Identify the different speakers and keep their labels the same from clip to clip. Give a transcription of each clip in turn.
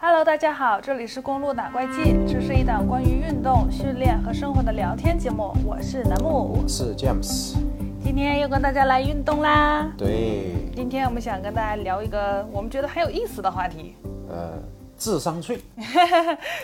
Speaker 1: Hello，大家好，这里是公路打怪记，这是一档关于运动、训练和生活的聊天节目，我是楠木，
Speaker 2: 是 James，
Speaker 1: 今天又跟大家来运动啦。
Speaker 2: 对，
Speaker 1: 今天我们想跟大家聊一个我们觉得很有意思的话题，
Speaker 2: 呃，智商税，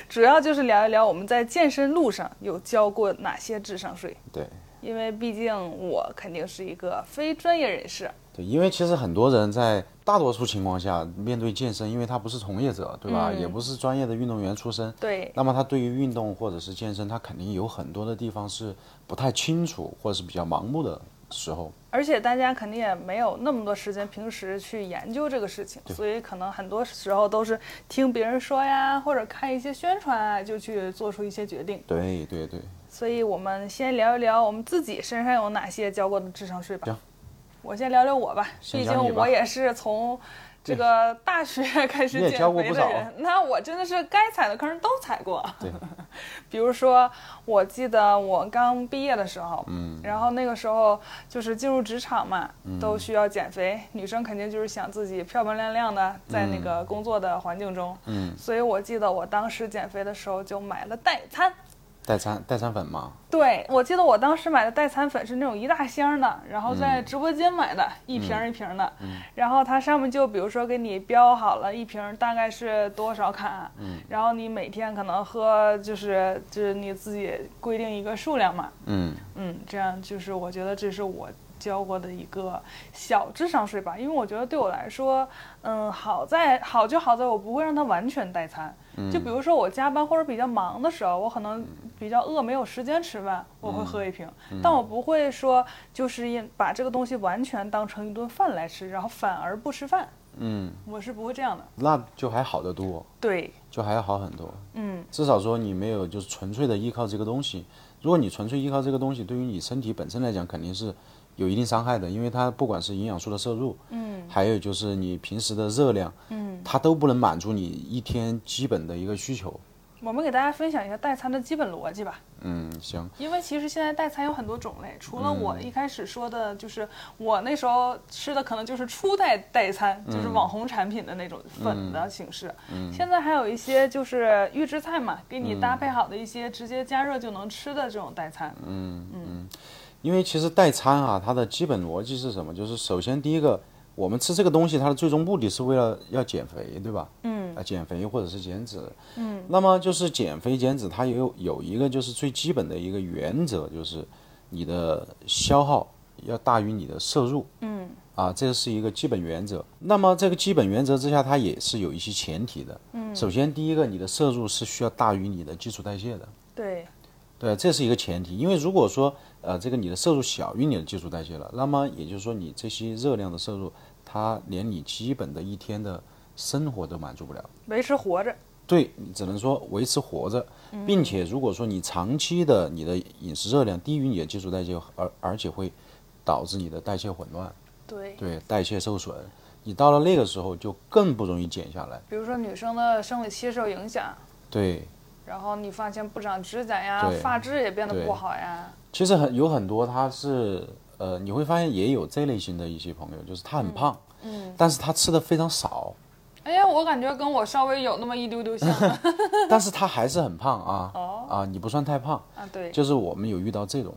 Speaker 1: 主要就是聊一聊我们在健身路上有交过哪些智商税，
Speaker 2: 对，
Speaker 1: 因为毕竟我肯定是一个非专业人士，
Speaker 2: 对，因为其实很多人在大多数情况下面对健身，因为他不是从业者，对吧？也不是专业的运动员出身，
Speaker 1: 对
Speaker 2: 那么他对于运动或者是健身，他肯定有很多的地方是不太清楚，或者是比较盲目的时候，
Speaker 1: 而且大家肯定也没有那么多时间，平时去研究这个事情，所以可能很多时候都是听别人说呀，或者看一些宣传啊，就去做出一些决定。
Speaker 2: 对对对，
Speaker 1: 所以我们先聊一聊我们自己身上有哪些交过的智商税吧
Speaker 2: 行。
Speaker 1: 我先聊聊我吧，
Speaker 2: 先
Speaker 1: 毕
Speaker 2: 讲你
Speaker 1: 竟
Speaker 2: 吧
Speaker 1: 我也是从这个大学开始
Speaker 2: 你也
Speaker 1: 减
Speaker 2: 交过
Speaker 1: 肥
Speaker 2: 不
Speaker 1: 的
Speaker 2: 少
Speaker 1: 人，那我真的是该踩的坑都踩过。
Speaker 2: 对，
Speaker 1: 比如说，我记得我刚毕业的时候，嗯，然后那个时候就是进入职场嘛，
Speaker 2: 嗯
Speaker 1: 都需要减肥，女生肯定就是想自己漂漂亮亮的，在那个工作的环境中，
Speaker 2: 嗯，
Speaker 1: 所以我记得我当时减肥的时候就买了代餐。
Speaker 2: 代餐代餐粉嘛，
Speaker 1: 对，我记得我当时买的代餐粉是那种一大箱的，然后在直播间买的，一瓶儿一瓶儿的。然后它上面就比如说给你标好了一瓶儿大概是多少卡，然后你每天可能喝就是就是你自己规定一个数量嘛，
Speaker 2: 嗯，
Speaker 1: 嗯，这样就是我觉得这是我交过的一个小智商税吧，因为我觉得对我来说，嗯，好在好就好在我不会让它完全代餐。就比如说我加班或者比较忙的时候，我可能比较饿，没有时间吃饭，我会喝一瓶，但我不会说就是因把这个东西完全当成一顿饭来吃，然后反而不吃饭，
Speaker 2: 嗯，
Speaker 1: 我是不会这样的。
Speaker 2: 那就还好得多，
Speaker 1: 对，
Speaker 2: 就还要好很多。
Speaker 1: 嗯，
Speaker 2: 至少说你没有就是纯粹的依靠这个东西。如果你纯粹依靠这个东西，对于你身体本身来讲肯定是有一定伤害的，因为它不管是营养素的摄入，嗯，还有就是你平时的热量，嗯，它都不能满足你一天基本的一个需求。
Speaker 1: 我们给大家分享一下代餐的基本逻辑吧。
Speaker 2: 嗯，行，
Speaker 1: 因为其实现在代餐有很多种类，除了
Speaker 2: 嗯
Speaker 1: 我一开始说的，就是我那时候吃的可能就是初代代餐，就是
Speaker 2: 嗯
Speaker 1: 网红产品的那种粉的形式。现在还有一些就是预制菜嘛，给你
Speaker 2: 嗯
Speaker 1: 搭配好的一些直接加热就能吃的这种代餐。
Speaker 2: 因为其实代餐啊，它的基本逻辑是什么？就是首先第一个，我们吃这个东西，它的最终目的是为了要减肥，对吧？嗯，啊，减肥或者是减脂。嗯，那么就是减肥减脂，它也有有一个就是最基本的一个原则，就是你的消耗要大于你的摄入。嗯，啊，这是一个基本原则。那么这个基本原则之下，它也是有一些前提的。嗯，首先第一个，你的摄入是需要大于你的基础代谢的。
Speaker 1: 对，
Speaker 2: 对，这是一个前提，因为如果说呃这个你的摄入小于你的基础代谢了，那么也就是说你这些热量的摄入，它连你基本的一天的生活都满足不了。
Speaker 1: 维持活着。
Speaker 2: 对你只能说维持活着，并且如果说你长期的你的饮食热量低于你的基础代谢，而而且会导致你的代谢混乱，
Speaker 1: 对，
Speaker 2: 对代谢受损，你到了那个时候就更不容易减下来。
Speaker 1: 比如说女生的生理期受影响，
Speaker 2: 对，
Speaker 1: 然后你发现不长指甲呀
Speaker 2: 对，
Speaker 1: 发质也变得
Speaker 2: 对
Speaker 1: 不好呀。
Speaker 2: 其实很有很多他是呃，你会发现也有这类型的一些朋友，就是他很胖，嗯，但是他吃的非常 少，
Speaker 1: 哎呀，我感觉跟我稍微有那么一丢丢 像
Speaker 2: 但是他还是很胖啊，啊，你不算太胖，
Speaker 1: 啊。对，
Speaker 2: 就是我们有遇到这种，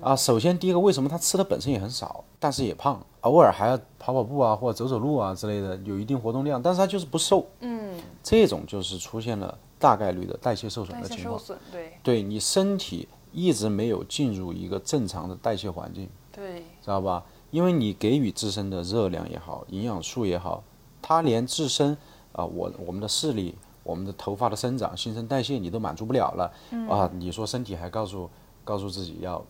Speaker 2: 啊，首先第一个，为什么他吃的本身也很少，但是也胖，偶尔还要跑跑步啊，或者走走路啊之类的，有一定活动量，但是他就是不瘦，嗯，这种就是出现了大概率的代谢受损
Speaker 1: 代
Speaker 2: 的
Speaker 1: 谢
Speaker 2: 情
Speaker 1: 受
Speaker 2: 况，
Speaker 1: 损，对
Speaker 2: 对你身体一直没有进入一个正常的代谢环境。
Speaker 1: 对。
Speaker 2: 知道吧？因为你给予自身的热量也好，营养素也好，它连自身啊、我我们的视力、我们的头发的生长、新陈代谢你都满足不了了、啊！你说身体还告诉告诉自己要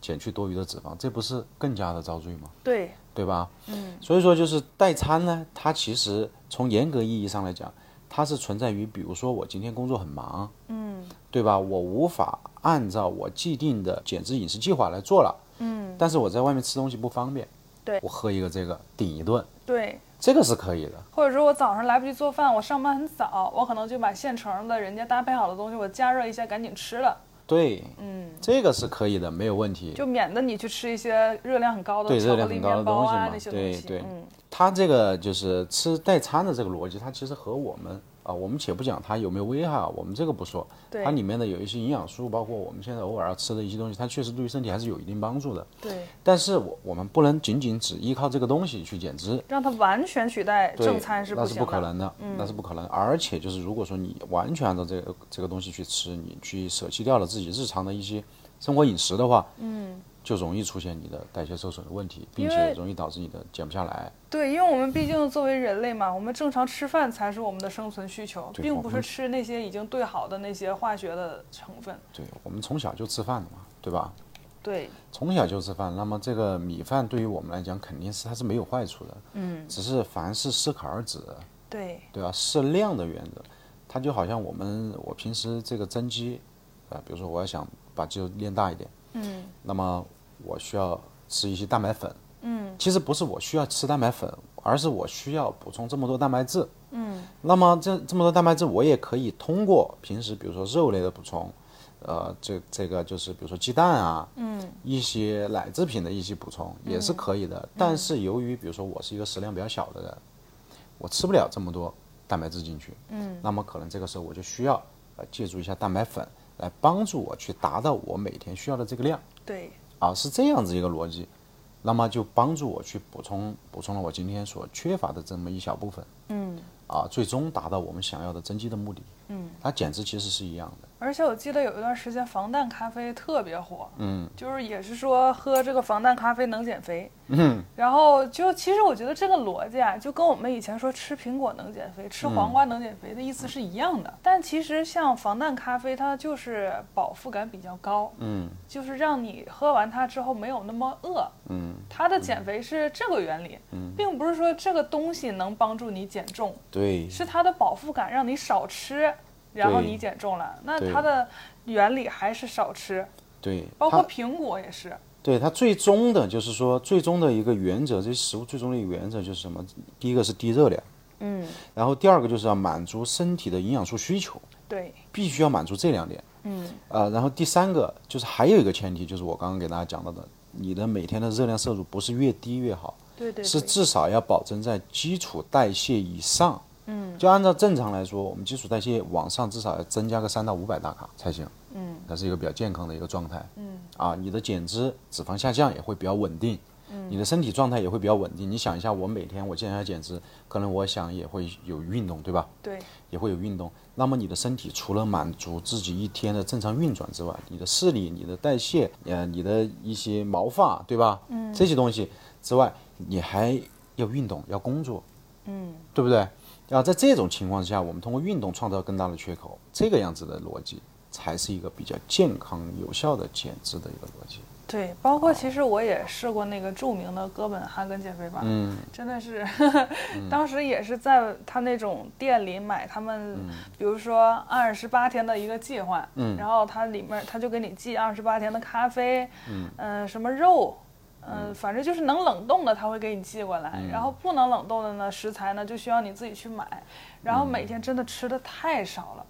Speaker 2: 减去多余的脂肪，这不是更加的遭罪吗？
Speaker 1: 对，
Speaker 2: 对吧？嗯，所以说就是代餐呢，它其实从严格意义上来讲，它是存在于，比如说我今天工作很忙，嗯，对吧？我无法按照我既定的减脂饮食计划来做了，嗯，但是我在外面吃东西不方便，
Speaker 1: 对
Speaker 2: 我喝一个这个顶一顿，
Speaker 1: 对，
Speaker 2: 这个是可以的，
Speaker 1: 或者说我早上来不及做饭，我上班很早，我可能就把现成的人家搭配好的东西，我加热一下赶紧吃了，
Speaker 2: 对，嗯，这个是可以的，没有问题，
Speaker 1: 就免得你去吃一些热量很高的
Speaker 2: 对
Speaker 1: 巧
Speaker 2: 热
Speaker 1: 克
Speaker 2: 量
Speaker 1: 力
Speaker 2: 很高
Speaker 1: 面
Speaker 2: 的
Speaker 1: 包
Speaker 2: 东西
Speaker 1: 啊
Speaker 2: 嘛
Speaker 1: 那些，东
Speaker 2: 对
Speaker 1: 西。
Speaker 2: 对
Speaker 1: 嗯，
Speaker 2: 他这个就是吃代餐的这个逻辑，它其实和我们啊，我们且不讲它有没有危害，啊，我们这个不说，
Speaker 1: 对
Speaker 2: 它里面的有一些营养素，包括我们现在偶尔吃的一些东西，它确实对于身体还是有一定帮助的。
Speaker 1: 对，
Speaker 2: 但是我我们不能仅仅只依靠这个东西去减脂，
Speaker 1: 让它完全取代
Speaker 2: 对
Speaker 1: 正餐
Speaker 2: 那
Speaker 1: 不
Speaker 2: 是
Speaker 1: 行
Speaker 2: 不可
Speaker 1: 的。嗯
Speaker 2: 能的，那是不可能。而且就是，如果说你完全按照这个这个东西去吃，你去舍弃掉了自己日常的一些生活饮食的话，嗯，就容易出现你的代谢受损的问题，并
Speaker 1: 因
Speaker 2: 且
Speaker 1: 为
Speaker 2: 容易导致你的减不下来。
Speaker 1: 对，因为我们毕竟作为人类嘛，我们正常吃饭才是我们的生存需求，
Speaker 2: 对
Speaker 1: 并
Speaker 2: 我
Speaker 1: 不
Speaker 2: 们
Speaker 1: 是吃那些已经兑好的那些化学的成分。
Speaker 2: 对我们从小就吃饭的嘛，对吧？
Speaker 1: 对，
Speaker 2: 从小就吃饭，那么这个米饭对于我们来讲肯定是它是没有坏处的，嗯，只是凡事适可而止，
Speaker 1: 对，
Speaker 2: 对吧？适量的原则，它就好像我们我平时这个增肌，啊、比如说我要想把肌肉练大一点，嗯，那么我需要吃一些蛋白粉，嗯，其实不是我需要吃蛋白粉，而是我需要补充这么多蛋白质，嗯，那么这这么多蛋白质，我也可以通过平时比如说肉类的补充。呃，这这个就是比如说鸡蛋啊，嗯，一些奶制品的一些补充也是可以的，但是由于比如说我是一个食量比较小的人，我吃不了这么多蛋白质进去，嗯，那么可能这个时候我就需要呃借助一下蛋白粉来帮助我去达到我每天需要的这个量
Speaker 1: 对，
Speaker 2: 啊，是这样子一个逻辑，那么就帮助我去补充补充了我今天所缺乏的这么一小部分，嗯，啊，最终达到我们想要的增肌的目的，嗯，它减脂其实是一样的，
Speaker 1: 而且我记得有一段时间防弹咖啡特别火，嗯，就是也是说喝这个防弹咖啡能减肥，嗯，然后就其实我觉得这个逻辑啊，就跟我们以前说吃苹果能减肥、吃黄瓜能减肥的意思是一样的。但其实像防弹咖啡，它就是饱腹感比较高，
Speaker 2: 嗯，
Speaker 1: 就是让你喝完它之后没有那么饿，嗯，它的减肥是这个原理，并不是说这个东西能帮助你减重，
Speaker 2: 对，
Speaker 1: 是它的饱腹感让你少吃，然后
Speaker 2: 对
Speaker 1: 你减重了。那
Speaker 2: 对
Speaker 1: 它的原理还是少吃，
Speaker 2: 对，
Speaker 1: 包括
Speaker 2: 它
Speaker 1: 苹果也是。
Speaker 2: 对它最终的就是说最终的一个原则，这些食物最终的一个原则就是什么？第一个是低热量，
Speaker 1: 嗯，
Speaker 2: 然后第二个就是要满足身体的营养素需求，
Speaker 1: 对
Speaker 2: 必须要满足这两点。嗯，呃，然后第三个就是还有一个前提，就是我刚刚给大家讲到的，你的每天的热量摄入不是越低越好，
Speaker 1: 对对，
Speaker 2: 是
Speaker 1: 对
Speaker 2: 至少要保证在基础代谢以上。嗯，就按照正常来说，我们基础代谢往上至少要增加个三到五百大卡才行。嗯，那是一个比较健康的一个状态。嗯，啊，你的减脂、脂肪下降也会比较稳定。嗯，你的身体状态也会比较稳定。你想一下，我每天我既然要减脂，可能我想也会有运动，对吧？
Speaker 1: 对
Speaker 2: 也会有运动。那么你的身体除了满足自己一天的正常运转之外，你的视力、你的代谢、呃、你的一些毛发，对吧？嗯，这些东西之外，你还要运动，要工作，嗯，对不对？啊，在这种情况下，我们通过运动创造更大的缺口，这个样子的逻辑才是一个比较健康有效的减脂的一个逻辑。
Speaker 1: 对，包括其实我也试过那个著名的哥本哈根减肥法，
Speaker 2: 嗯，
Speaker 1: 真的是， 当时也是在他那种店里买他们，比如说二十八天的一个计划，嗯，然后它里面它就给你寄二十八天的咖啡，嗯、什么肉。嗯、反正就是能冷冻的，它会给你寄过来，然后不能冷冻的呢，食材呢就需要你自己去买，然后每天真的吃的太少了，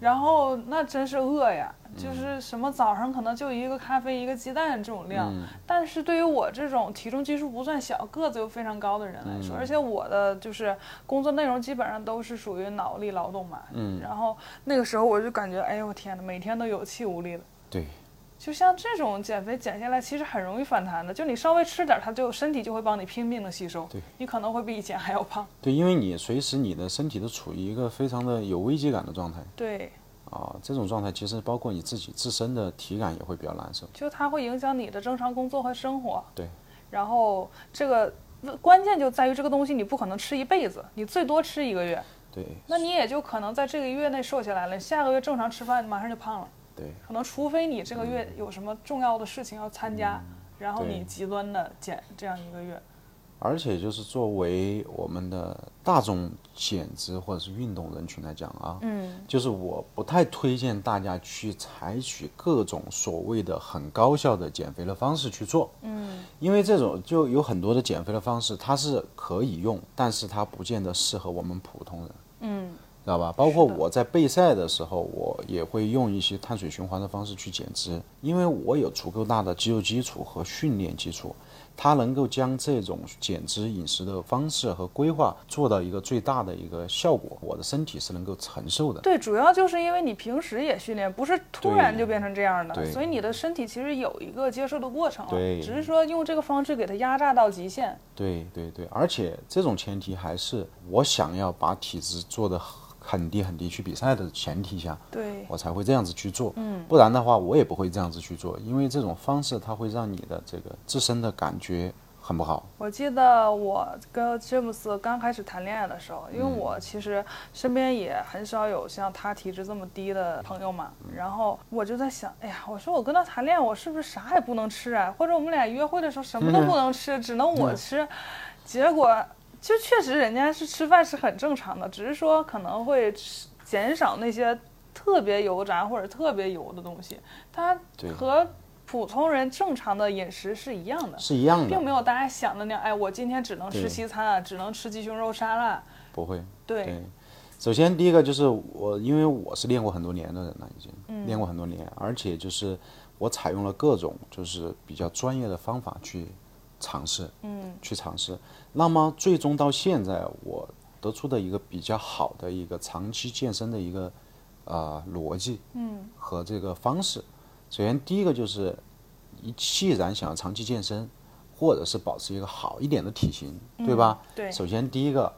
Speaker 1: 然后那真是饿呀，就是什么早上可能就一个咖啡一个鸡蛋这种量，但是对于我这种体重基数不算小、个子又非常高的人来说，而且我的就是工作内容基本上都是属于脑力劳动嘛，嗯，然后那个时候我就感觉，哎呦我天哪，每天都有气无力的。
Speaker 2: 对，
Speaker 1: 就像这种减肥减下来，其实很容易反弹的。就你稍微吃点儿，它就身体就会帮你拼命的吸收
Speaker 2: 对，
Speaker 1: 你可能会比以前还要胖。
Speaker 2: 对，因为你随时你的身体都处于一个非常的有危机感的状态
Speaker 1: 对，
Speaker 2: 啊，这种状态其实包括你自己自身的体感也会比较难受。
Speaker 1: 就它会影响你的正常工作和生活。
Speaker 2: 对，
Speaker 1: 然后这个问关键就在于这个东西你不可能吃一辈子，你最多吃一个月，
Speaker 2: 对，
Speaker 1: 那你也就可能在这个月内瘦下来了，下个月正常吃饭马上就胖了。
Speaker 2: 对，
Speaker 1: 可能除非你这个月有什么重要的事情要参加，然后
Speaker 2: 嗯对
Speaker 1: 你极端的减这样一个月。
Speaker 2: 而且就是作为我们的大众减脂或者是运动人群来讲啊，嗯，就是我不太推荐大家去采取各种所谓的很高效的减肥的方式去做，嗯，因为这种就有很多的减肥的方式，它是可以用，但是它不见得适合我们普通人，嗯，知道吧？包括我在备赛的时候，我也会用一些碳水循环的方式去减脂，因为我有足够大的肌肉基础和训练基础，它能够将这种减脂饮食的方式和规划做到一个最大的一个效果，我的身体是能够承受的。
Speaker 1: 对，主要就是因为你平时也训练，不是突然就变成这样的，
Speaker 2: 对
Speaker 1: 所以你的身体其实有一个接受的过程了，啊
Speaker 2: 对
Speaker 1: 只是说用这个方式给它压榨到极限。
Speaker 2: 对对对，而且这种前提还是我想要把体脂做得很低很低去比赛的前提下，
Speaker 1: 对，
Speaker 2: 我才会这样子去做。嗯，不然的话，我也不会这样子去做，因为这种方式它会让你的这个自身的感觉很不好。
Speaker 1: 我记得我跟詹姆斯刚开始谈恋爱的时候，因为我其实身边也很少有像他体质这么低的朋友嘛，然后我就在想，哎呀，我说我跟他谈恋爱，我是不是啥也不能吃啊？或者我们俩约会的时候什么都不能吃，只能我吃，结果就确实人家是吃饭是很正常的，只是说可能会吃减少那些特别油炸或者特别油的东西，它
Speaker 2: 对
Speaker 1: 和普通人正常的饮食是一样的。
Speaker 2: 是一样的，
Speaker 1: 并没有大家想的那样，哎，我今天只能吃
Speaker 2: 嗯对
Speaker 1: 西餐啊，只能吃鸡胸肉沙拉。啊
Speaker 2: 不会。
Speaker 1: 对，
Speaker 2: 对首先第一个就是我，因为我是练过很多年的人了，已经、
Speaker 1: 嗯
Speaker 2: 练过很多年，而且就是我采用了各种就是比较专业的方法去尝试，嗯，去尝试。那么最终到现在，我得出的一个比较好的一个长期健身的一个呃逻辑，嗯，和这个方式。首先第一个就是，你既然想要长期健身，或者是保持一个好一点的体型，对吧？
Speaker 1: 对
Speaker 2: 首先第一个，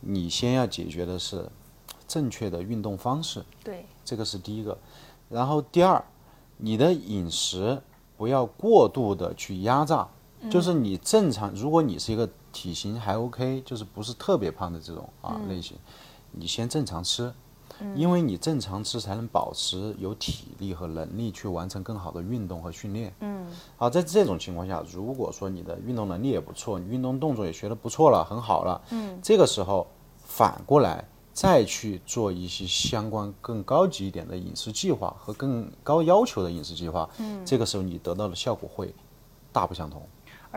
Speaker 2: 你先要解决的是正确的运动方式，
Speaker 1: 对，
Speaker 2: 这个是第一个。然后第二，你的饮食不要过度的去压榨，就是你正常，如果你是一个体型还 OK，就是不是特别胖的这种啊、类型，你先正常吃。因为你正常吃，才能保持有体力和能力去完成更好的运动和训练。嗯，好，在这种情况下，如果说你的运动能力也不错，你运动动作也学得不错了，很好了，嗯，这个时候反过来再去做一些相关更高级一点的饮食计划和更高要求的饮食计划，嗯，这个时候你得到的效果会大不相同。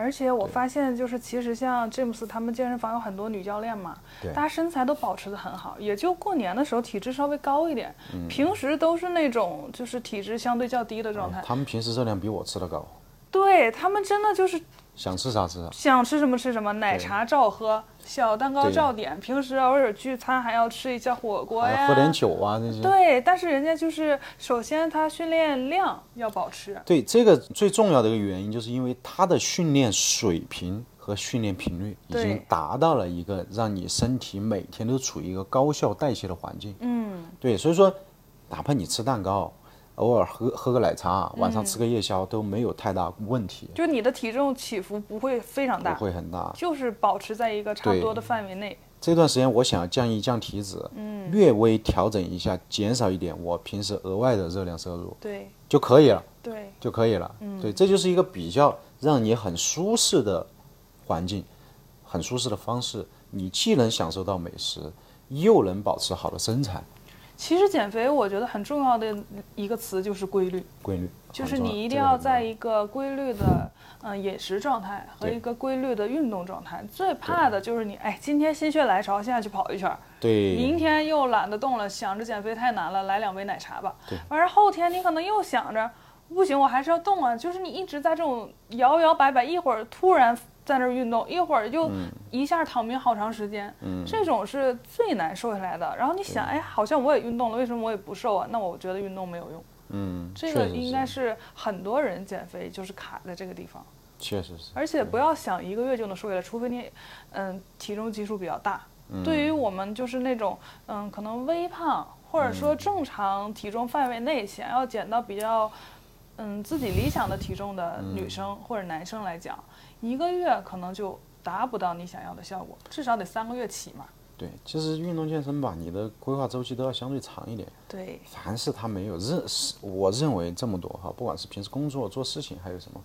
Speaker 1: 而且我发现就是其实像詹姆斯他们健身房有很多女教练嘛，
Speaker 2: 对
Speaker 1: 大家身材都保持得很好，也就过年的时候体质稍微高一点，
Speaker 2: 嗯
Speaker 1: 平时都是那种就是体质相对较低的状态。
Speaker 2: 他们平时热量比我吃的高，
Speaker 1: 对他们真的就是
Speaker 2: 想吃啥吃啥。
Speaker 1: 想吃什么吃什么，奶茶照喝，小蛋糕
Speaker 2: 对
Speaker 1: 照点，平时偶尔聚餐还要吃一下火锅
Speaker 2: 还
Speaker 1: 呀，
Speaker 2: 要喝点酒啊，这些
Speaker 1: 对，但是人家就是首先他训练量要保持，
Speaker 2: 对，这个最重要的一个原因，就是因为他的训练水平和训练频率已经
Speaker 1: 对
Speaker 2: 达到了一个让你身体每天都处于一个高效代谢的环境。
Speaker 1: 嗯，
Speaker 2: 对，所以说，哪怕你吃蛋糕，偶尔喝喝个奶茶，晚
Speaker 1: 嗯
Speaker 2: 上吃个夜宵、都没有太大问题，
Speaker 1: 就是你的体重起伏不会非常
Speaker 2: 不
Speaker 1: 大，
Speaker 2: 会很大。
Speaker 1: 就是保持在一个差不多的范围内。
Speaker 2: 这段时间我想降一降体脂，嗯，略微调整一下，减少一点我平时额外的热量摄入
Speaker 1: 对
Speaker 2: 就可以了。
Speaker 1: 对
Speaker 2: 就可以了。嗯，对，这就是一个比较让你很舒适的环境，很舒适的方式。你既能享受到美食，又能保持好的身材
Speaker 1: 其实减肥我觉得很重要的一个词就是规律，
Speaker 2: 规律，
Speaker 1: 就是
Speaker 2: 很重
Speaker 1: 你一
Speaker 2: 这
Speaker 1: 定
Speaker 2: 个
Speaker 1: 要
Speaker 2: 很重
Speaker 1: 在一个规律的嗯、呃饮食状态和
Speaker 2: 对
Speaker 1: 一个规律的运动状态。最怕的就是你哎，今天心血来潮，现在去跑一圈儿，明
Speaker 2: 对
Speaker 1: 天又懒得动了，想着减肥太难了，来两杯奶茶吧
Speaker 2: 对。
Speaker 1: 完事儿后天你可能又想着，不行，我还是要动啊。就是你一直在这种摇摇摆摆，一会儿突然在那儿运动，一会儿又
Speaker 2: 嗯
Speaker 1: 一下躺平好长时间，这种是最难瘦下来的。然后你想，哎，好像我也运动了，为什么我也不瘦啊？那我觉得运动没有用。
Speaker 2: 嗯，
Speaker 1: 这
Speaker 2: 确
Speaker 1: 个
Speaker 2: 实
Speaker 1: 应该是很多人减肥就是卡在这个地方，
Speaker 2: 确实是。
Speaker 1: 而且不要想一个月就能瘦下来，除非你，嗯，体重基数比较大。对于我们就是那种，嗯，可能微胖或者说正常体重范围内，想要减到比较，嗯，自己理想的体重的女生或者男生来讲，一个月可能就达不到你想要的效果，至少得三个月起嘛。
Speaker 2: 对，其实运动健身吧，你的规划周期都要相对长一点。
Speaker 1: 对，
Speaker 2: 凡是他没有任，是我认为这么多哈，不管是平时工作做事情，还有什么，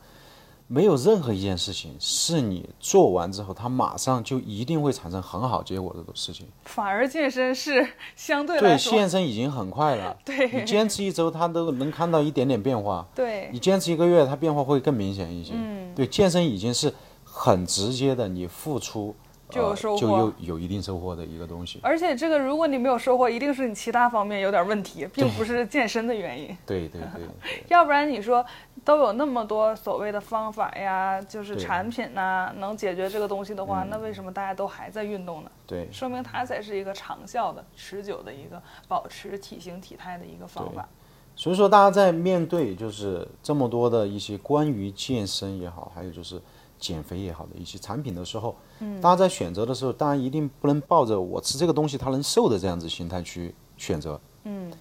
Speaker 2: 没有任何一件事情是你做完之后，它马上就一定会产生很好结果的事情。
Speaker 1: 反而健身是相对来
Speaker 2: 对，
Speaker 1: 说，
Speaker 2: 现身已经很快了。
Speaker 1: 对
Speaker 2: 你坚持一周，它都能看到一点点变化。
Speaker 1: 对
Speaker 2: 你坚持一个月，它变化会更明显一些。嗯，对，健身已经是很直接的，你付出
Speaker 1: 就有收获，
Speaker 2: 就有有一定收获的一个东西。
Speaker 1: 而且这个，如果你没有收获，一定是你其他方面有点问题，并不是健身的原因。
Speaker 2: 对对对，对
Speaker 1: 要不然你说都有那么多所谓的方法呀，就是产品呐、能解决这个东西的话，那为什么大家都还在运动呢？
Speaker 2: 对
Speaker 1: 说明它才是一个长效的、持久的一个保持体型体态的一个方法。
Speaker 2: 所以说大家在面对就是这么多的一些关于健身也好，还有就是减肥也好的一些产品的时候，嗯，大家在选择的时候，大家一定不能抱着我吃这个东西它能瘦的这样子心态去选择。
Speaker 1: 嗯，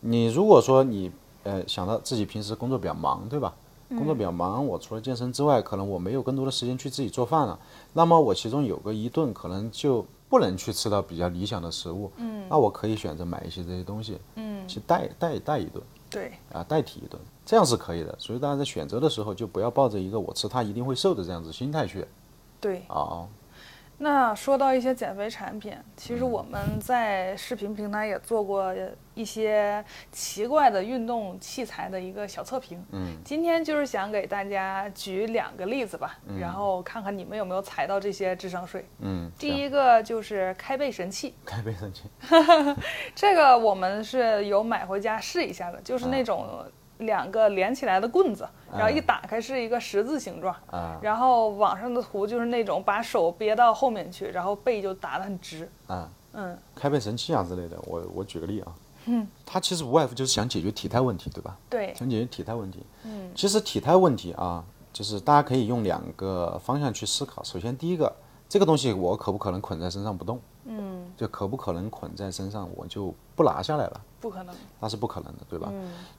Speaker 2: 你如果说你呃想到自己平时工作比较忙，对吧？工作比较忙，我除了健身之外，可能我没有更多的时间去自己做饭了。那么我其中有个一顿可能就不能去吃到比较理想的食物，嗯，那我可以选择买一些这些东西，嗯，去带带带一顿。
Speaker 1: 对，
Speaker 2: 啊代替一顿，这样是可以的。所以大家在选择的时候，就不要抱着一个我吃它一定会瘦的这样子心态去
Speaker 1: 对。
Speaker 2: 啊。
Speaker 1: 那说到一些减肥产品，其实我们在视频平台也做过一些奇怪的运动器材的一个小测评。嗯，今天就是想给大家举两个例子吧，然后看看你们有没有踩到这些智商税。
Speaker 2: 嗯，
Speaker 1: 第一个就是开背神器，
Speaker 2: 开背神器，
Speaker 1: 这个我们是有买回家试一下的，就是那种两个连起来的棍子，然后一打开是一个十字形状，
Speaker 2: 啊
Speaker 1: 然后网上的图就是那种把手憋到后面去，然后背就打得很直。
Speaker 2: 啊，
Speaker 1: 嗯，
Speaker 2: 开背神器啊之类的。我我举个例啊，嗯，它其实无外乎就是想解决体态问题，对吧？
Speaker 1: 对，
Speaker 2: 想解决体态问题。嗯，其实体态问题啊，就是大家可以用两个方向去思考。首先，第一个，这个东西我可不可能捆在身上不动？嗯，就可不可能捆在身上我就不拿下来了？
Speaker 1: 不可能。
Speaker 2: 那是不可能的，对吧？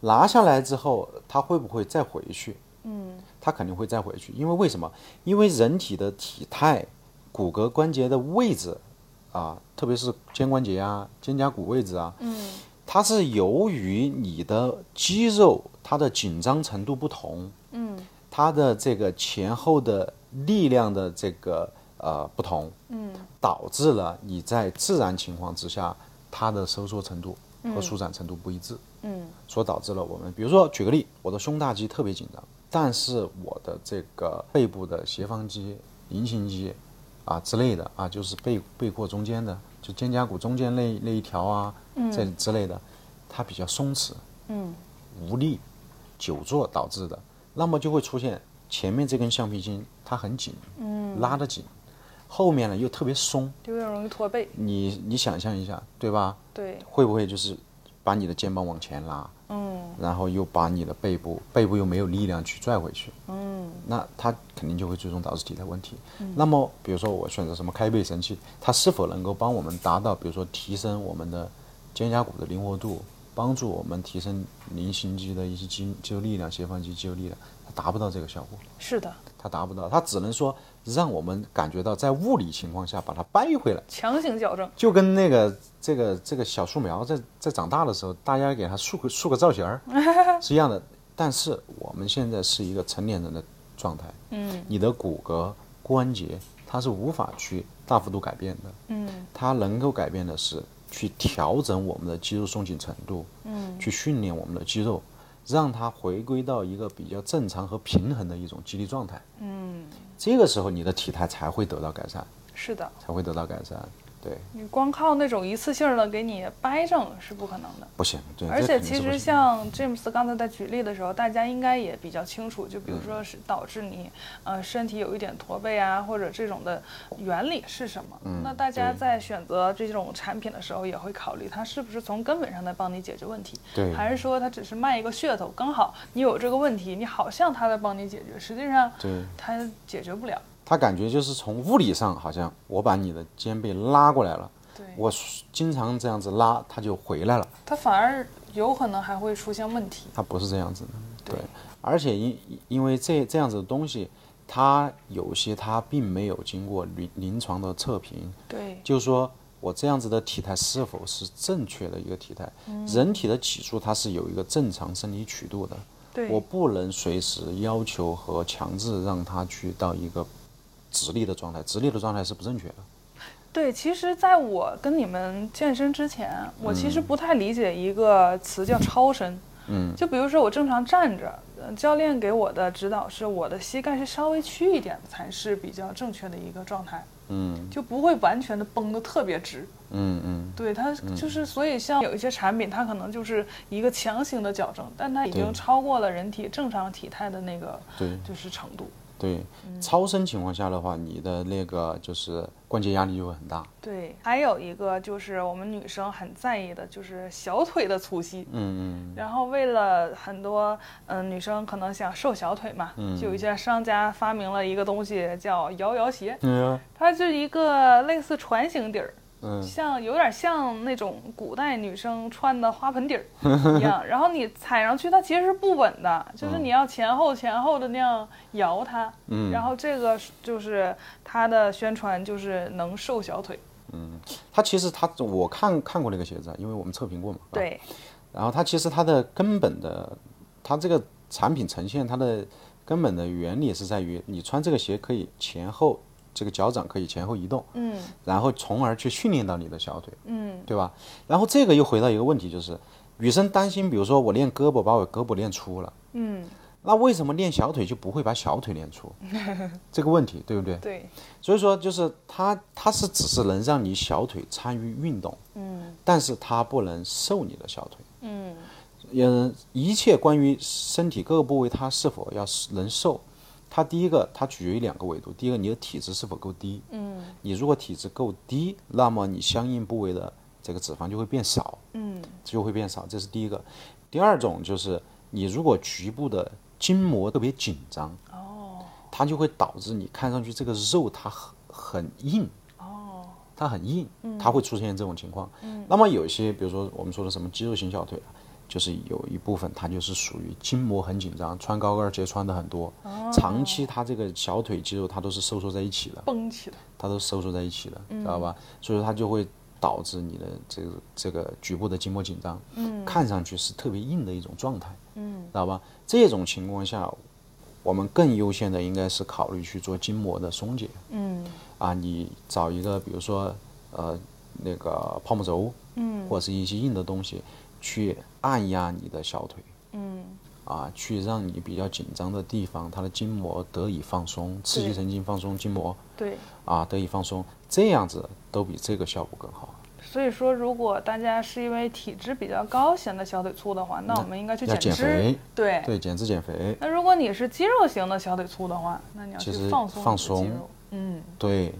Speaker 2: 拿下来之后，它会不会再回去？嗯，它肯定会再回去，因为为什么？因为人体的体态、骨骼关节的位置啊，特别是肩关节啊、肩胛骨位置啊，嗯，它是由于你的肌肉它的紧张程度不同，嗯，它的这个前后的力量的这个呃不同，嗯，导致了你在自然情况之下它的收缩程度和舒展程度不一致，
Speaker 1: 嗯，
Speaker 2: 所导致了我们，比如说举个例，我的胸大肌特别紧张，但是我的这个背部的斜方肌、菱形肌啊之类的啊，就是背背阔中间的，就肩胛骨中间那那一条啊，这之类的，它比较松弛，嗯，无力，久坐导致的，那么就会出现前面这根橡皮筋它很紧，嗯，拉得紧，后面呢又特别松，
Speaker 1: 有点容易驼背。
Speaker 2: 你你想象一下，对吧？
Speaker 1: 对，
Speaker 2: 会不会就是把你的肩膀往前拉，嗯，然后又把你的背部，背部又没有力量去拽回去，嗯，那它肯定就会最终导致体态问题。那么，比如说我选择什么开背神器，它是否能够帮我们达到，比如说提升我们的肩胛骨的灵活度，帮助我们提升菱形肌的一些肌肌肉力量、斜方肌肌肉力量，它达不到这个效果。
Speaker 1: 是的，
Speaker 2: 它达不到，它只能说让我们感觉到在物理情况下把它掰回来，
Speaker 1: 强行矫正。
Speaker 2: 就跟那个这个这个小树苗在在长大的时候，大家给它塑个塑个造型 儿是一样的。但是我们现在是一个成年人的状态，嗯，你的骨骼关节它是无法去大幅度改变的，嗯，它能够改变的是去调整我们的肌肉松紧程度，嗯，去训练我们的肌肉，让它回归到一个比较正常和平衡的一种肌力状态，嗯，这个时候你的体态才会得到改善，
Speaker 1: 是的，
Speaker 2: 才会得到改善，对。
Speaker 1: 你光靠那种一次性的给你掰正是不可能的。
Speaker 2: 不行，对，
Speaker 1: 而
Speaker 2: 这
Speaker 1: 且
Speaker 2: 肯定
Speaker 1: 其
Speaker 2: 是不
Speaker 1: 实
Speaker 2: 行
Speaker 1: 像 James 刚才在举例的时候，大家应该也比较清楚，就比
Speaker 2: 嗯
Speaker 1: 如说是导致你呃身体有一点驼背啊，或者这种的原理是什么？那大家
Speaker 2: 嗯对
Speaker 1: 在选择这种产品的时候，也会考虑它是不是从根本上在帮你解决问题，
Speaker 2: 对
Speaker 1: 还是说它只是卖一个噱头，刚好你有这个问题，你好像它在帮你解决，实际上
Speaker 2: 对
Speaker 1: 它解决不了。
Speaker 2: 他感觉就是从物理上好像我把你的肩背拉过来了，
Speaker 1: 对，
Speaker 2: 我是经常这样子拉，它就回来了，
Speaker 1: 它反而有可能还会出现问题。
Speaker 2: 它不是这样子的，对，而且因因为这这样子的东西，它有些它并没有经过临临床的测评，
Speaker 1: 对，
Speaker 2: 就是说我这样子的体态是否是正确的一个体态？
Speaker 1: 嗯
Speaker 2: 人体的起数它是有一个正常生理曲度的，
Speaker 1: 对
Speaker 2: 我不能随时要求和强制让它去到一个直立的状态，直立的状态是不正确的。
Speaker 1: 对，其实在
Speaker 2: 嗯
Speaker 1: 我跟你们健身之前，我其实不太理解一个词叫超声。嗯，就比如说我正常站着，呃教练给我的指导是我的膝盖是稍微屈一点才是比较正确的一个状态，
Speaker 2: 嗯
Speaker 1: 就不会完全的绷得特别直。
Speaker 2: 嗯嗯，
Speaker 1: 对它就是，所以像有一些产品，它可能就是一个强行的矫正，但它已
Speaker 2: 对
Speaker 1: 经超过了人体正常体态的那个
Speaker 2: 对
Speaker 1: 就是程度。
Speaker 2: 对，超声情况下的话，你的那个就是关节压力就会很大。
Speaker 1: 对，还有一个就是我们女生很在意的，就是小腿的粗细。
Speaker 2: 嗯
Speaker 1: 然后为了很多嗯、女生可能想瘦小腿嘛，
Speaker 2: 嗯
Speaker 1: 就有一些商家发明了一个东西叫摇摇鞋，
Speaker 2: 嗯
Speaker 1: 它是一个类似船型底儿，
Speaker 2: 嗯
Speaker 1: 像有点像那种古代女生穿的花盆底 儿一样，然后你踩上去它其实是不稳的，就是你要前后前后的那样摇它，
Speaker 2: 嗯，
Speaker 1: 然后这个是就是它的宣传就是能瘦小腿，
Speaker 2: 它其实它我看看过那个鞋子啊，因为我们测评过嘛。啊。
Speaker 1: 对，
Speaker 2: 然后它其实它的根本的，它这个产品呈现它的根本的原理是在于，你穿这个鞋可以前后这个脚掌可以前后移动，
Speaker 1: 嗯
Speaker 2: 然后从而去训练到你的小腿，
Speaker 1: 嗯
Speaker 2: 对吧？然后这个又回到一个问题，就是女生担心，比如说我练胳膊，把我胳膊练粗了，
Speaker 1: 嗯，
Speaker 2: 那为什么练小腿就不会把小腿练 粗？这个问题对不对？
Speaker 1: 对，
Speaker 2: 所以说就是它它是只是能让你小腿参与运动，
Speaker 1: 嗯
Speaker 2: 但是它不能瘦你的小腿。
Speaker 1: 嗯
Speaker 2: 嗯，一切关于身体各个部位它是否要能瘦，它第一个它取决于两个维度，第一个你的体脂是否够低，
Speaker 1: 嗯
Speaker 2: 你如果体脂够低，那么你相应部位的这个脂肪就会变少，
Speaker 1: 嗯
Speaker 2: 就会变少，这是第一个。第二种就是你如果局部的筋膜特别紧张，
Speaker 1: 哦
Speaker 2: 它就会导致你看上去这个肉它很很硬，
Speaker 1: 哦
Speaker 2: 它很硬，它会出现这种情况。那么有一些，比如说我们说的什么肌肉型小腿啊，就是有一部分它就是属于筋膜很紧张，穿高跟鞋穿的很多，长期它这个小腿肌肉它都是收缩在一起的，
Speaker 1: 绷起来，
Speaker 2: 它都是收缩在一起的，
Speaker 1: 嗯
Speaker 2: 知道吧？所以说它就会导致你的这个这个局部的筋膜紧张，看上去是特别硬的一种状态，
Speaker 1: 嗯
Speaker 2: 知道吧？这种情况下，我们更优先的应该是考虑去做筋膜的松解，
Speaker 1: 嗯
Speaker 2: 啊，你找一个比如说呃那个泡沫轴，嗯，或者是一些硬的东西去按压你的小腿，
Speaker 1: 嗯
Speaker 2: 啊，去让你比较紧张的地方它的筋膜得以放松，刺激
Speaker 1: 对
Speaker 2: 神经放松筋膜
Speaker 1: 对。
Speaker 2: 啊得以放松，这样子都比这个效果更好。
Speaker 1: 所以说，如果大家是因为体质比较高显得小腿粗的话，那我们应该去
Speaker 2: 要减
Speaker 1: 脂。
Speaker 2: 肥，
Speaker 1: 对。
Speaker 2: 对，减脂减肥，
Speaker 1: 那如果你是肌肉型的小腿粗的话，那你要
Speaker 2: 其
Speaker 1: 去
Speaker 2: 实
Speaker 1: 放松
Speaker 2: 放
Speaker 1: 你的肌
Speaker 2: 松
Speaker 1: 肉。嗯
Speaker 2: 对，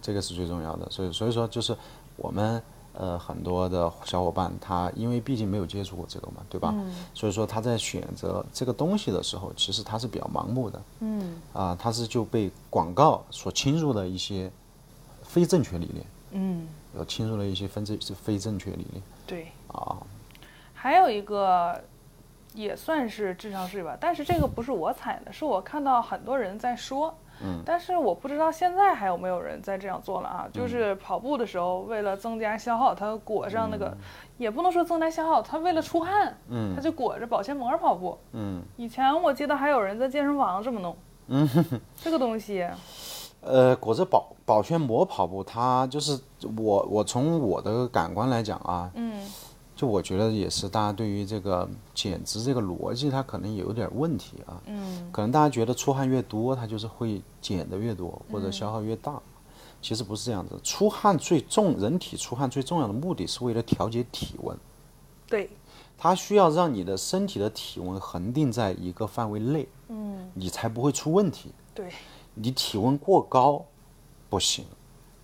Speaker 2: 这个是最重要的。所以所以说就是我们呃很多的小伙伴他因为毕竟没有接触过这个嘛，对吧？
Speaker 1: 嗯
Speaker 2: 所以说他在选择这个东西的时候，其实他是比较盲目的
Speaker 1: 嗯
Speaker 2: 啊、他是就被广告所侵入的一些非正确理念，
Speaker 1: 嗯，
Speaker 2: 呃，侵入了一些非正非正确理念
Speaker 1: 对。
Speaker 2: 啊。
Speaker 1: 还有一个也算是智商税吧，但是这个不是我踩的，是我看到很多人在说。
Speaker 2: 嗯
Speaker 1: 但是我不知道现在还有没有人在这样做了啊？
Speaker 2: 嗯
Speaker 1: 就是跑步的时候，为了增加消耗，他裹上那个，也不能说增加消耗，他为了出汗，
Speaker 2: 嗯
Speaker 1: 他就裹着保鲜膜跑步。
Speaker 2: 嗯，
Speaker 1: 以前我记得还有人在健身房这么弄。 嗯，这个东西，
Speaker 2: 呃，裹着保保鲜膜跑步，它就是我我从我的感官来讲啊，
Speaker 1: 嗯
Speaker 2: 就我觉得也是，大家对于这个减脂这个逻辑，它可能有点问题啊。
Speaker 1: 嗯
Speaker 2: 可能大家觉得出汗越多，它就是会减的越多，或者消耗越大。
Speaker 1: 嗯
Speaker 2: 其实不是这样子，出汗最重，人体出汗最重要的目的是为了调节体温，
Speaker 1: 对，
Speaker 2: 它需要让你的身体的体温恒定在一个范围内，
Speaker 1: 嗯
Speaker 2: 你才不会出问题。
Speaker 1: 对，
Speaker 2: 你体温过高不行，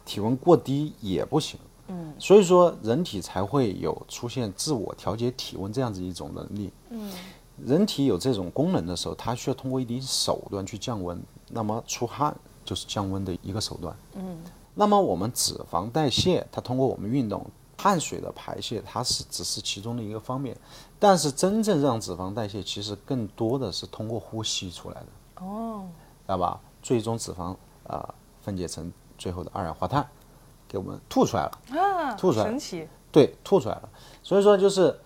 Speaker 2: 体温过低也不行。
Speaker 1: 嗯，
Speaker 2: 所以说人体才会有出现自我调节体温这样子一种能力。
Speaker 1: 嗯
Speaker 2: 人体有这种功能的时候，它需要通过一定手段去降温，那么出汗就是降温的一个手段。
Speaker 1: 嗯
Speaker 2: 那么我们脂肪代谢，它通过我们运动、汗水的排泄，它是只是其中的一个方面，但是真正让脂肪代谢，其实更多的是通过呼吸出来的。
Speaker 1: 哦，
Speaker 2: 知道吧？最终脂肪啊、呃分解成最后的二氧化碳，给我们吐出来了。
Speaker 1: 啊，
Speaker 2: 吐出来
Speaker 1: 神奇，
Speaker 2: 对，吐出来了。所以说就是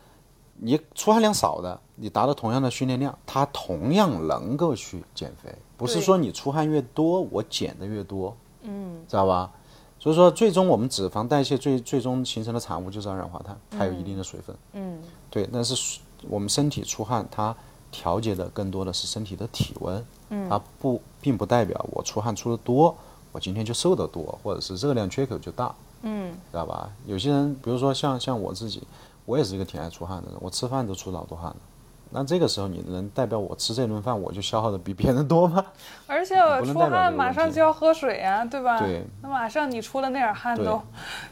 Speaker 2: 你出汗量少的，你达到同样的训练量，它同样能够去减肥。不是
Speaker 1: 对
Speaker 2: 说你出汗越多，我减的越多，
Speaker 1: 嗯
Speaker 2: 知道吧？所以说最终我们脂肪代谢最最终形成的产物就是二氧化碳，还有一定的水分。
Speaker 1: 嗯
Speaker 2: 对，但是水我们身体出汗，它调节的更多的是身体的体温，嗯，它不并不代表我出汗出的多，我今天就瘦得多，或者是热量缺口就大，嗯，知道吧？有些人，比如说像像我自己，我也是一个挺爱出汗的人，我吃饭都出老多汗了。那这个时候，你能代表我吃这顿饭，我就消耗的比别人 多吗？
Speaker 1: 而且
Speaker 2: 不能
Speaker 1: 出
Speaker 2: 代表这
Speaker 1: 汗
Speaker 2: 个
Speaker 1: 马
Speaker 2: 问
Speaker 1: 上
Speaker 2: 题
Speaker 1: 就要喝水啊，对吧？
Speaker 2: 对
Speaker 1: 那马上你出了那点汗
Speaker 2: 对
Speaker 1: 都，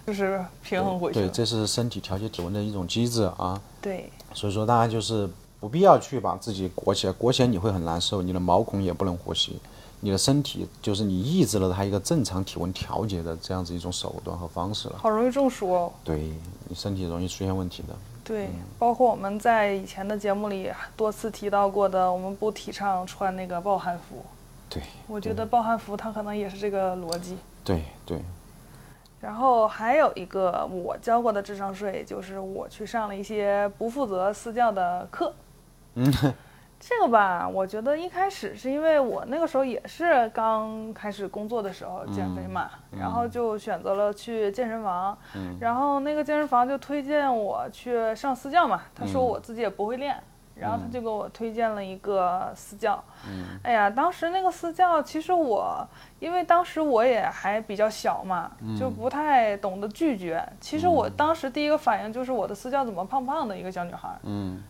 Speaker 1: 就是平衡回去
Speaker 2: 对，
Speaker 1: 了。
Speaker 2: 这是身体调节体温的一种机制啊。
Speaker 1: 对，
Speaker 2: 所以说，大家就是不必要去把自己裹起来，裹起来你会很难受，你的毛孔也不能呼吸，你的身体就是你抑制了它一个正常体温调节的这样子一种手段和方式了。
Speaker 1: 好容易中暑哦。
Speaker 2: 对你身体容易出现问题的。
Speaker 1: 对，
Speaker 2: 嗯
Speaker 1: 包括我们在以前的节目里多次提到过的，我们不提倡穿那个暴汗服。
Speaker 2: 对
Speaker 1: 我觉得暴汗服它可能也是这个逻辑。
Speaker 2: 对对，
Speaker 1: 然后还有一个我交过的智商税，就是我去上了一些不负责私教的课。嗯，这个吧，我觉得一开始是因为我那个时候也是刚开始工作的时候减肥嘛，然后就选择了去健身房，然后那个健身房就推荐我去上私教嘛，他说我自己也不会练。然后他就给我推荐了一个私教，哎呀，当时那个私教，其实我因为当时我也还比较小嘛，就
Speaker 2: 嗯
Speaker 1: 不太懂得拒绝。其实我当时第一个反应就是我的私教怎么胖胖的一个小女孩儿，
Speaker 2: 嗯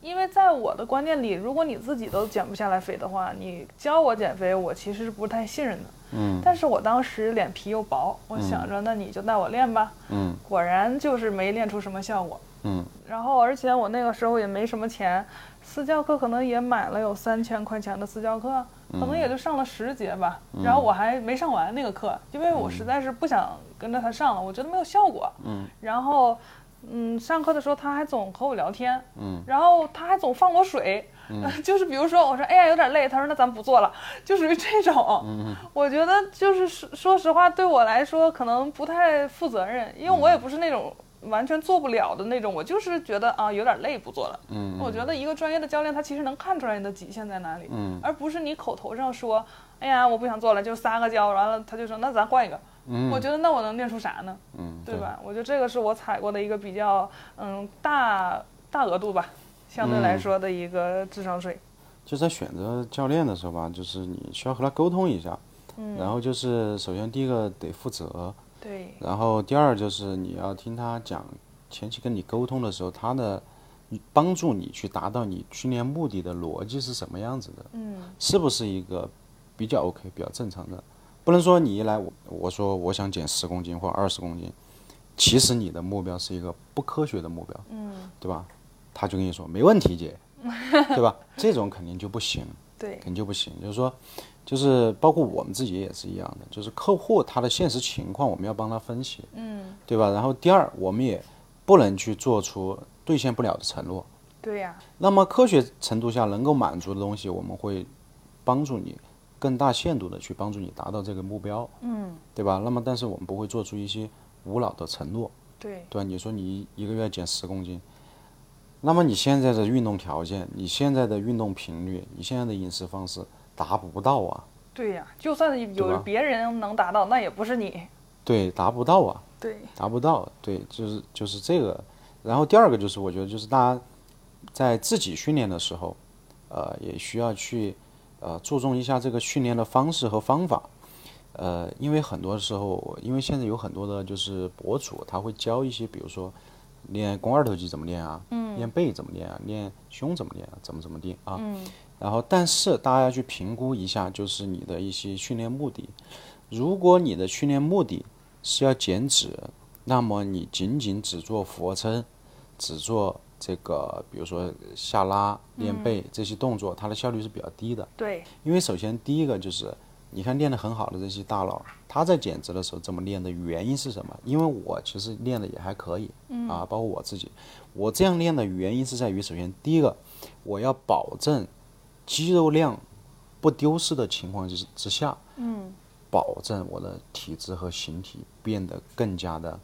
Speaker 1: 因为在我的观念里，如果你自己都减不下来肥的话，你教我减肥，我其实是不太信任的。
Speaker 2: 嗯
Speaker 1: 但是我当时脸皮又薄，我想着那你就带我练吧，
Speaker 2: 嗯
Speaker 1: 果然就是没练出什么效果。
Speaker 2: 嗯，
Speaker 1: 然后而且我那个时候也没什么钱，私教课可能也买了有三千块钱的私教课，可
Speaker 2: 嗯
Speaker 1: 能也就上了十节吧。然后我还没上完那个课，因为我实在是不想跟着他上了，我觉得没有效果。
Speaker 2: 嗯
Speaker 1: 然后，嗯，上课的时候他还总和我聊天，
Speaker 2: 嗯，
Speaker 1: 然后他还总放我水。 就是比如说，我说哎呀有点累，他说那咱不做了，就属于这种。
Speaker 2: 嗯
Speaker 1: 我觉得就是说说实话，对我来说可能不太负责任，因为
Speaker 2: 嗯
Speaker 1: 我也不是那种完全做不了的那种，我就是觉得啊有点累不做了。
Speaker 2: 嗯
Speaker 1: 我觉得一个专业的教练他其实能看出来你的极限在哪里，
Speaker 2: 嗯
Speaker 1: 而不是你口头上说哎呀我不想做了，就撒个娇，完了他就说那咱换一个。
Speaker 2: 嗯
Speaker 1: 我觉得那我能练出啥呢？
Speaker 2: 嗯，
Speaker 1: 对？吧？我觉得这个是我踩过的一个比较嗯大大额度吧，相对
Speaker 2: 嗯
Speaker 1: 来说的一个智商税。
Speaker 2: 就在选择教练的时候吧，就是你需要和他沟通一下，嗯、然后就是首先第一个得负责，
Speaker 1: 对，
Speaker 2: 然后第二就是你要听他讲，前期跟你沟通的时候，他的帮助你去达到你训练目的的逻辑是什么样子的，
Speaker 1: 嗯
Speaker 2: 是不是一个比较 OK、比较正常的？不能说你一来我我说我想减十公斤或二十公斤，其实你的目标是一个不科学的目标，
Speaker 1: 嗯，
Speaker 2: 对吧？他就跟你说没问题，姐，对吧？这种肯定就不行。
Speaker 1: 对，
Speaker 2: 肯定就不行。就是说，就是包括我们自己也是一样的，就是客户他的现实情况，我们要帮他分析，
Speaker 1: 嗯
Speaker 2: 对吧？然后第二，我们也不能去做出兑现不了的承诺。
Speaker 1: 对呀、
Speaker 2: 那么科学程度下能够满足的东西，我们会帮助你更大限度的去帮助你达到这个目标，
Speaker 1: 嗯
Speaker 2: 对吧？那么但是我们不会做出一些无脑的承诺，
Speaker 1: 对，
Speaker 2: 对吧？你说你一个月减十公斤，那么你现在的运动条件、你现在的运动频率、你现在的饮食方式达不到啊，
Speaker 1: 对呀、就算有
Speaker 2: 吧
Speaker 1: 别人能达到，那也不是你。
Speaker 2: 对，达不到啊，
Speaker 1: 对，
Speaker 2: 达不到，对，就是就是这个。然后第二个就是，我觉得就是大家在自己训练的时候，呃，也需要去呃注重一下这个训练的方式和方法。呃，因为很多时候，因为现在有很多的就是博主，他会教一些，比如说练肱二头肌怎么练啊，练背怎么练啊，练胸怎么练啊，怎么怎么练啊。然后，但是大家要去评估一下，就是你的一些训练目的。如果你的训练目的是要减脂，那么你仅仅只做俯卧撑，只做这个，比如说下拉、练背、这些动作，它的效率是比较低的。
Speaker 1: 对，
Speaker 2: 因为首先第一个就是，你看练得很好的这些大佬，他在减脂的时候怎么练的原因是什么？因为我其实练的也还可以，啊，包括我自己，我这样练的原因是在于，首先第一个，我要保证肌肉量不丢失的情况之之下，嗯，保证我的体质和形体变得更加的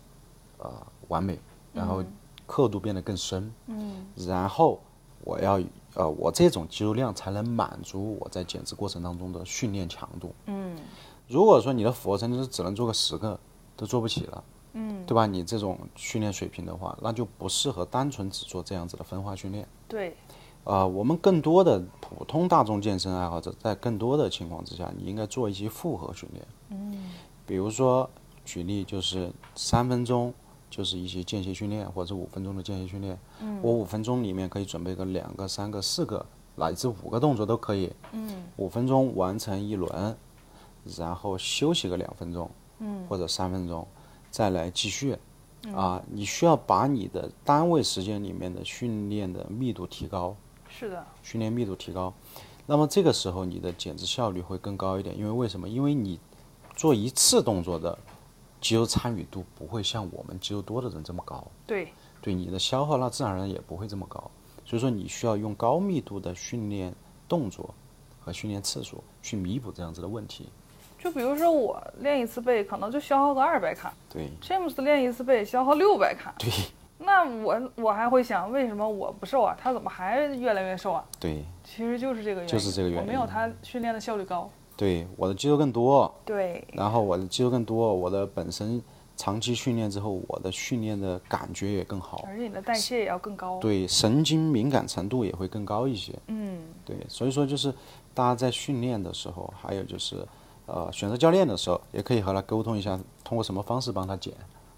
Speaker 2: 呃完美，然后刻度变得更深，嗯，然后我要呃，我这种肌肉量才能满足我在减脂过程当中的训练强度。
Speaker 1: 嗯
Speaker 2: 如果说你的俯卧撑就是只能做个十个，都做不起了，嗯，对吧？你这种训练水平的话，那就不适合单纯只做这样子的分化训练。
Speaker 1: 对，
Speaker 2: 啊、我们更多的普通大众健身爱好者，在更多的情况之下，你应该做一些复合训练。嗯，比如说举例就是三分钟，就是一些间歇训练，或者是五分钟的间歇训练。嗯，我五分钟里面可以准备个两个、三个、四个，乃至五个动作都可以。嗯，五分钟完成一轮，然后休息个两分钟，嗯，或者三分钟，再来继续。啊，你需要把你的单位时间里面的训练的密度提高，
Speaker 1: 是的，
Speaker 2: 训练密度提高，那么这个时候你的减脂效率会更高一点，因为为什么？因为你做一次动作的肌肉参与度不会像我们肌肉多的人这么高，
Speaker 1: 对，
Speaker 2: 对你的消耗那自然而然也不会这么高，所以说你需要用高密度的训练动作和训练次数去弥补这样子的问题。
Speaker 1: 就比如说我练一次背，可能就消耗个二百卡
Speaker 2: 对
Speaker 1: ，James 练一次背消耗六百卡，
Speaker 2: 对
Speaker 1: 那我我还会想，为什么我不瘦啊？他怎么还越来越瘦啊？
Speaker 2: 对
Speaker 1: 其实就是这个原因，
Speaker 2: 就是这个原因
Speaker 1: 我没有他训练的效率高。
Speaker 2: 对，我的肌肉更多，
Speaker 1: 对，
Speaker 2: 然后我的肌肉更多，我的本身长期训练之后，我的训练的感觉也更好。
Speaker 1: 而且你的代谢也要更高。，
Speaker 2: 对神经敏感程度也会更高一些。
Speaker 1: 嗯，
Speaker 2: 对，所以说就是大家在训练的时候，还有就是呃选择教练的时候，也可以和他沟通一下，通过什么方式帮他减，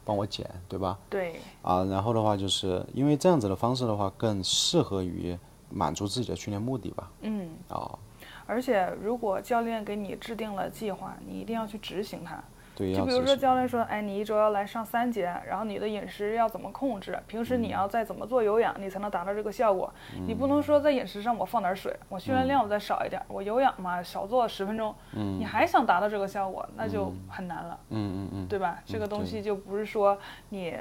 Speaker 2: 帮我减，对吧？
Speaker 1: 对，
Speaker 2: 啊，然后的话就是因为这样子的方式的话，更适合于满足自己的训练目的吧。
Speaker 1: 嗯，
Speaker 2: 啊，
Speaker 1: 而且如果教练给你制定了计划，你一定要去执行它。
Speaker 2: 对，
Speaker 1: 就
Speaker 2: 要
Speaker 1: 比如
Speaker 2: 执
Speaker 1: 说
Speaker 2: 行
Speaker 1: 教练说，哎，你一周要来上三节，然后你的饮食要怎么控制，平时你
Speaker 2: 嗯
Speaker 1: 要再怎么做有氧，你才能达到这个效果。你不能说在饮食上我放点水，我训练
Speaker 2: 嗯
Speaker 1: 量我再少一点，我有氧嘛少做十分钟，你还想达到这个效果，那就很难了，
Speaker 2: 嗯嗯嗯，
Speaker 1: 对吧？这个东
Speaker 2: 对
Speaker 1: 西就不是说你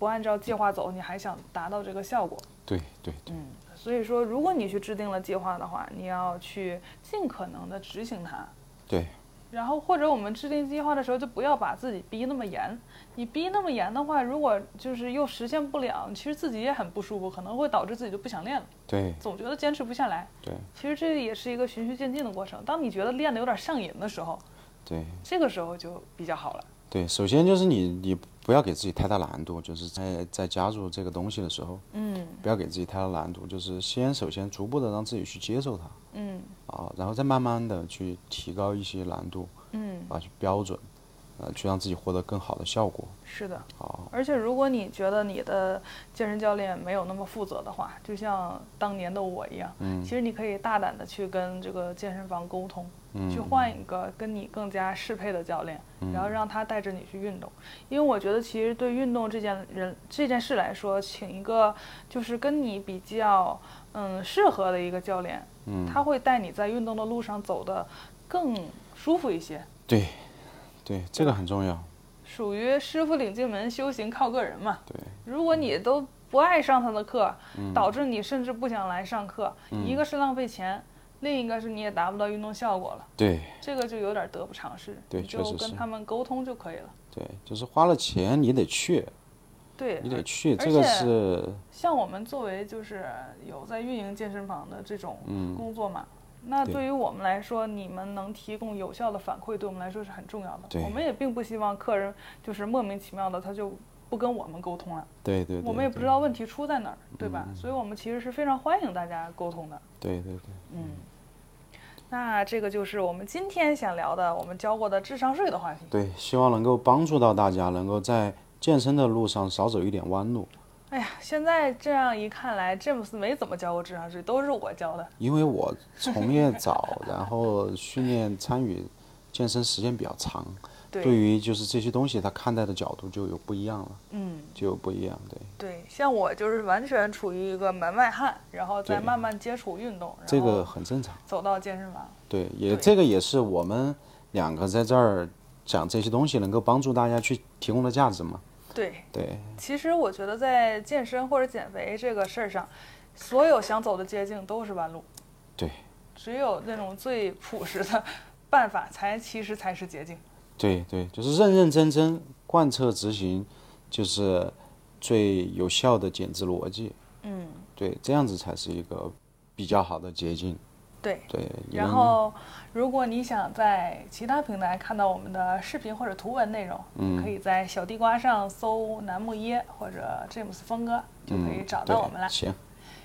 Speaker 1: 不按照计划走，你还想达到这个效果。
Speaker 2: 对对对，
Speaker 1: 嗯所以说，如果你去制定了计划的话，你要去尽可能的执行它。
Speaker 2: 对
Speaker 1: 然后或者我们制定计划的时候，就不要把自己逼那么严。你逼那么严的话，如果就是又实现不了，其实自己也很不舒服，可能会导致自己就不想练了，
Speaker 2: 对
Speaker 1: 总觉得坚持不下来。
Speaker 2: 对
Speaker 1: 其实这也是一个循序渐进的过程。当你觉得练得有点上瘾的时候，
Speaker 2: 对
Speaker 1: 这个时候就比较好了。
Speaker 2: 对，首先就是你你不要给自己太大难度，就是在在加入这个东西的时候，
Speaker 1: 嗯
Speaker 2: 不要给自己太大难度，就是先首先逐步的让自己去接受它
Speaker 1: 嗯
Speaker 2: 啊，然后再慢慢的去提高一些难度
Speaker 1: 嗯，
Speaker 2: 啊，去标准，呃，去让自己获得更好的效果
Speaker 1: 是的。
Speaker 2: 啊。
Speaker 1: 而且如果你觉得你的健身教练没有那么负责的话，就像当年的我一样，其实你可以大胆的去跟这个健身房沟通，去换一个跟你更加适配的教练，然后让他带着你去运动。因为我觉得其实对运动这件人这件事来说，请一个就是跟你比较嗯适合的一个教练，他会带你在运动的路上走得更舒服一些。
Speaker 2: 对，对，这个很重要。
Speaker 1: 属于师傅领进门，修行靠个人嘛。
Speaker 2: 对，嗯
Speaker 1: 如果你都不爱上他的课，导致你甚至不想来上课，一个是浪费钱，另一个是你也达不到运动效果了，
Speaker 2: 对，
Speaker 1: 这个就有点得不偿失。
Speaker 2: 对
Speaker 1: 你
Speaker 2: 确
Speaker 1: 就
Speaker 2: 实
Speaker 1: 跟
Speaker 2: 是
Speaker 1: 他们沟通就可以了。
Speaker 2: 对，就是花了钱你得去，
Speaker 1: 对
Speaker 2: 你，得去，
Speaker 1: 而
Speaker 2: 这个
Speaker 1: 且
Speaker 2: 是
Speaker 1: 像我们作为就是有在运营健身房的这种工作嘛，那
Speaker 2: 对
Speaker 1: 对于我们来说，你们能提供有效的反馈，对我们来说是很重要的。
Speaker 2: 对
Speaker 1: 我们也并不希望客人就是莫名其妙的他就不跟我们沟通了。
Speaker 2: 对对对，嗯
Speaker 1: 我们也不
Speaker 2: 对
Speaker 1: 知道问题出在哪儿，对吧？所以我们其实是非常欢迎大家沟通的。嗯
Speaker 2: 对对对，
Speaker 1: 那这个就是我们今天想聊的，我们教过的智商税的话题。
Speaker 2: 对，希望能够帮助到大家，能够在健身的路上少走一点弯路，
Speaker 1: 哎呀，现在这样一看来，詹姆斯没怎么交过智商税，都是我交的。
Speaker 2: 因为我从业早，然后训练参与健身时间比较长，
Speaker 1: 对
Speaker 2: 对于就是这些东西，他看待的角度就有不一样了，
Speaker 1: 嗯，
Speaker 2: 就有不一样。对，
Speaker 1: 对，像我就是完全处于一个门外汉，然后再
Speaker 2: 对
Speaker 1: 慢慢接触运动，
Speaker 2: 这
Speaker 1: 然
Speaker 2: 个
Speaker 1: 后
Speaker 2: 很正常。
Speaker 1: 走到健身房。
Speaker 2: 对，也
Speaker 1: 对
Speaker 2: 这个也是我们两个在这儿讲这些东西，能够帮助大家去提供的价值嘛。
Speaker 1: 对，
Speaker 2: 对，
Speaker 1: 其实我觉得在健身或者减肥这个事儿上，所有想走的捷径都是弯路。
Speaker 2: 对，
Speaker 1: 只有那种最朴实的办法才其实才是捷径。
Speaker 2: 对，对，就是认认真真贯彻执行，就是最有效的减脂逻辑。
Speaker 1: 嗯，
Speaker 2: 对，这样子才是一个比较好的捷径。
Speaker 1: 对。
Speaker 2: 对，
Speaker 1: 然
Speaker 2: 能
Speaker 1: 后，如果你想在其他平台看到我们的视频或者图文内容，
Speaker 2: 嗯
Speaker 1: 可以在小地瓜上搜楠木耶或者詹姆斯峰哥，就可以
Speaker 2: 嗯
Speaker 1: 找到
Speaker 2: 对
Speaker 1: 我们了。
Speaker 2: 行，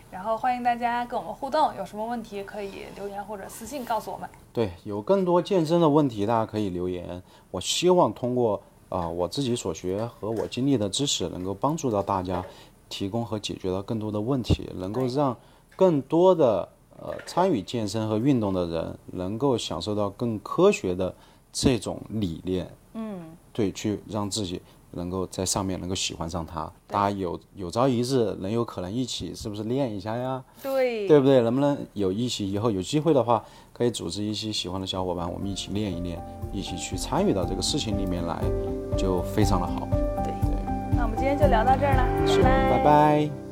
Speaker 1: 然后欢迎大家跟我们互动，有什么问题可以留言或者私信告诉我们。
Speaker 2: 对，有更多健身的问题，大家可以留言。我希望通过啊、呃我自己所学和我经历的知识，能够帮助到大家，提供和解决到更多的问题，能够让更多的呃参与健身和运动的人，能够享受到更科学的这种理念。嗯，对，去让自己能够在上面能够喜欢上它。大家有有朝一日能有可能一起，是不是练一下呀？
Speaker 1: 对
Speaker 2: 对不对？能不能有一起以后有机会的话，可以组织一些喜欢的小伙伴，我们一起练一练，一起去参与到这个事情里面来，就非常的好。
Speaker 1: 对，那我们今天就聊到这儿了，
Speaker 2: 行，
Speaker 1: 拜
Speaker 2: 拜拜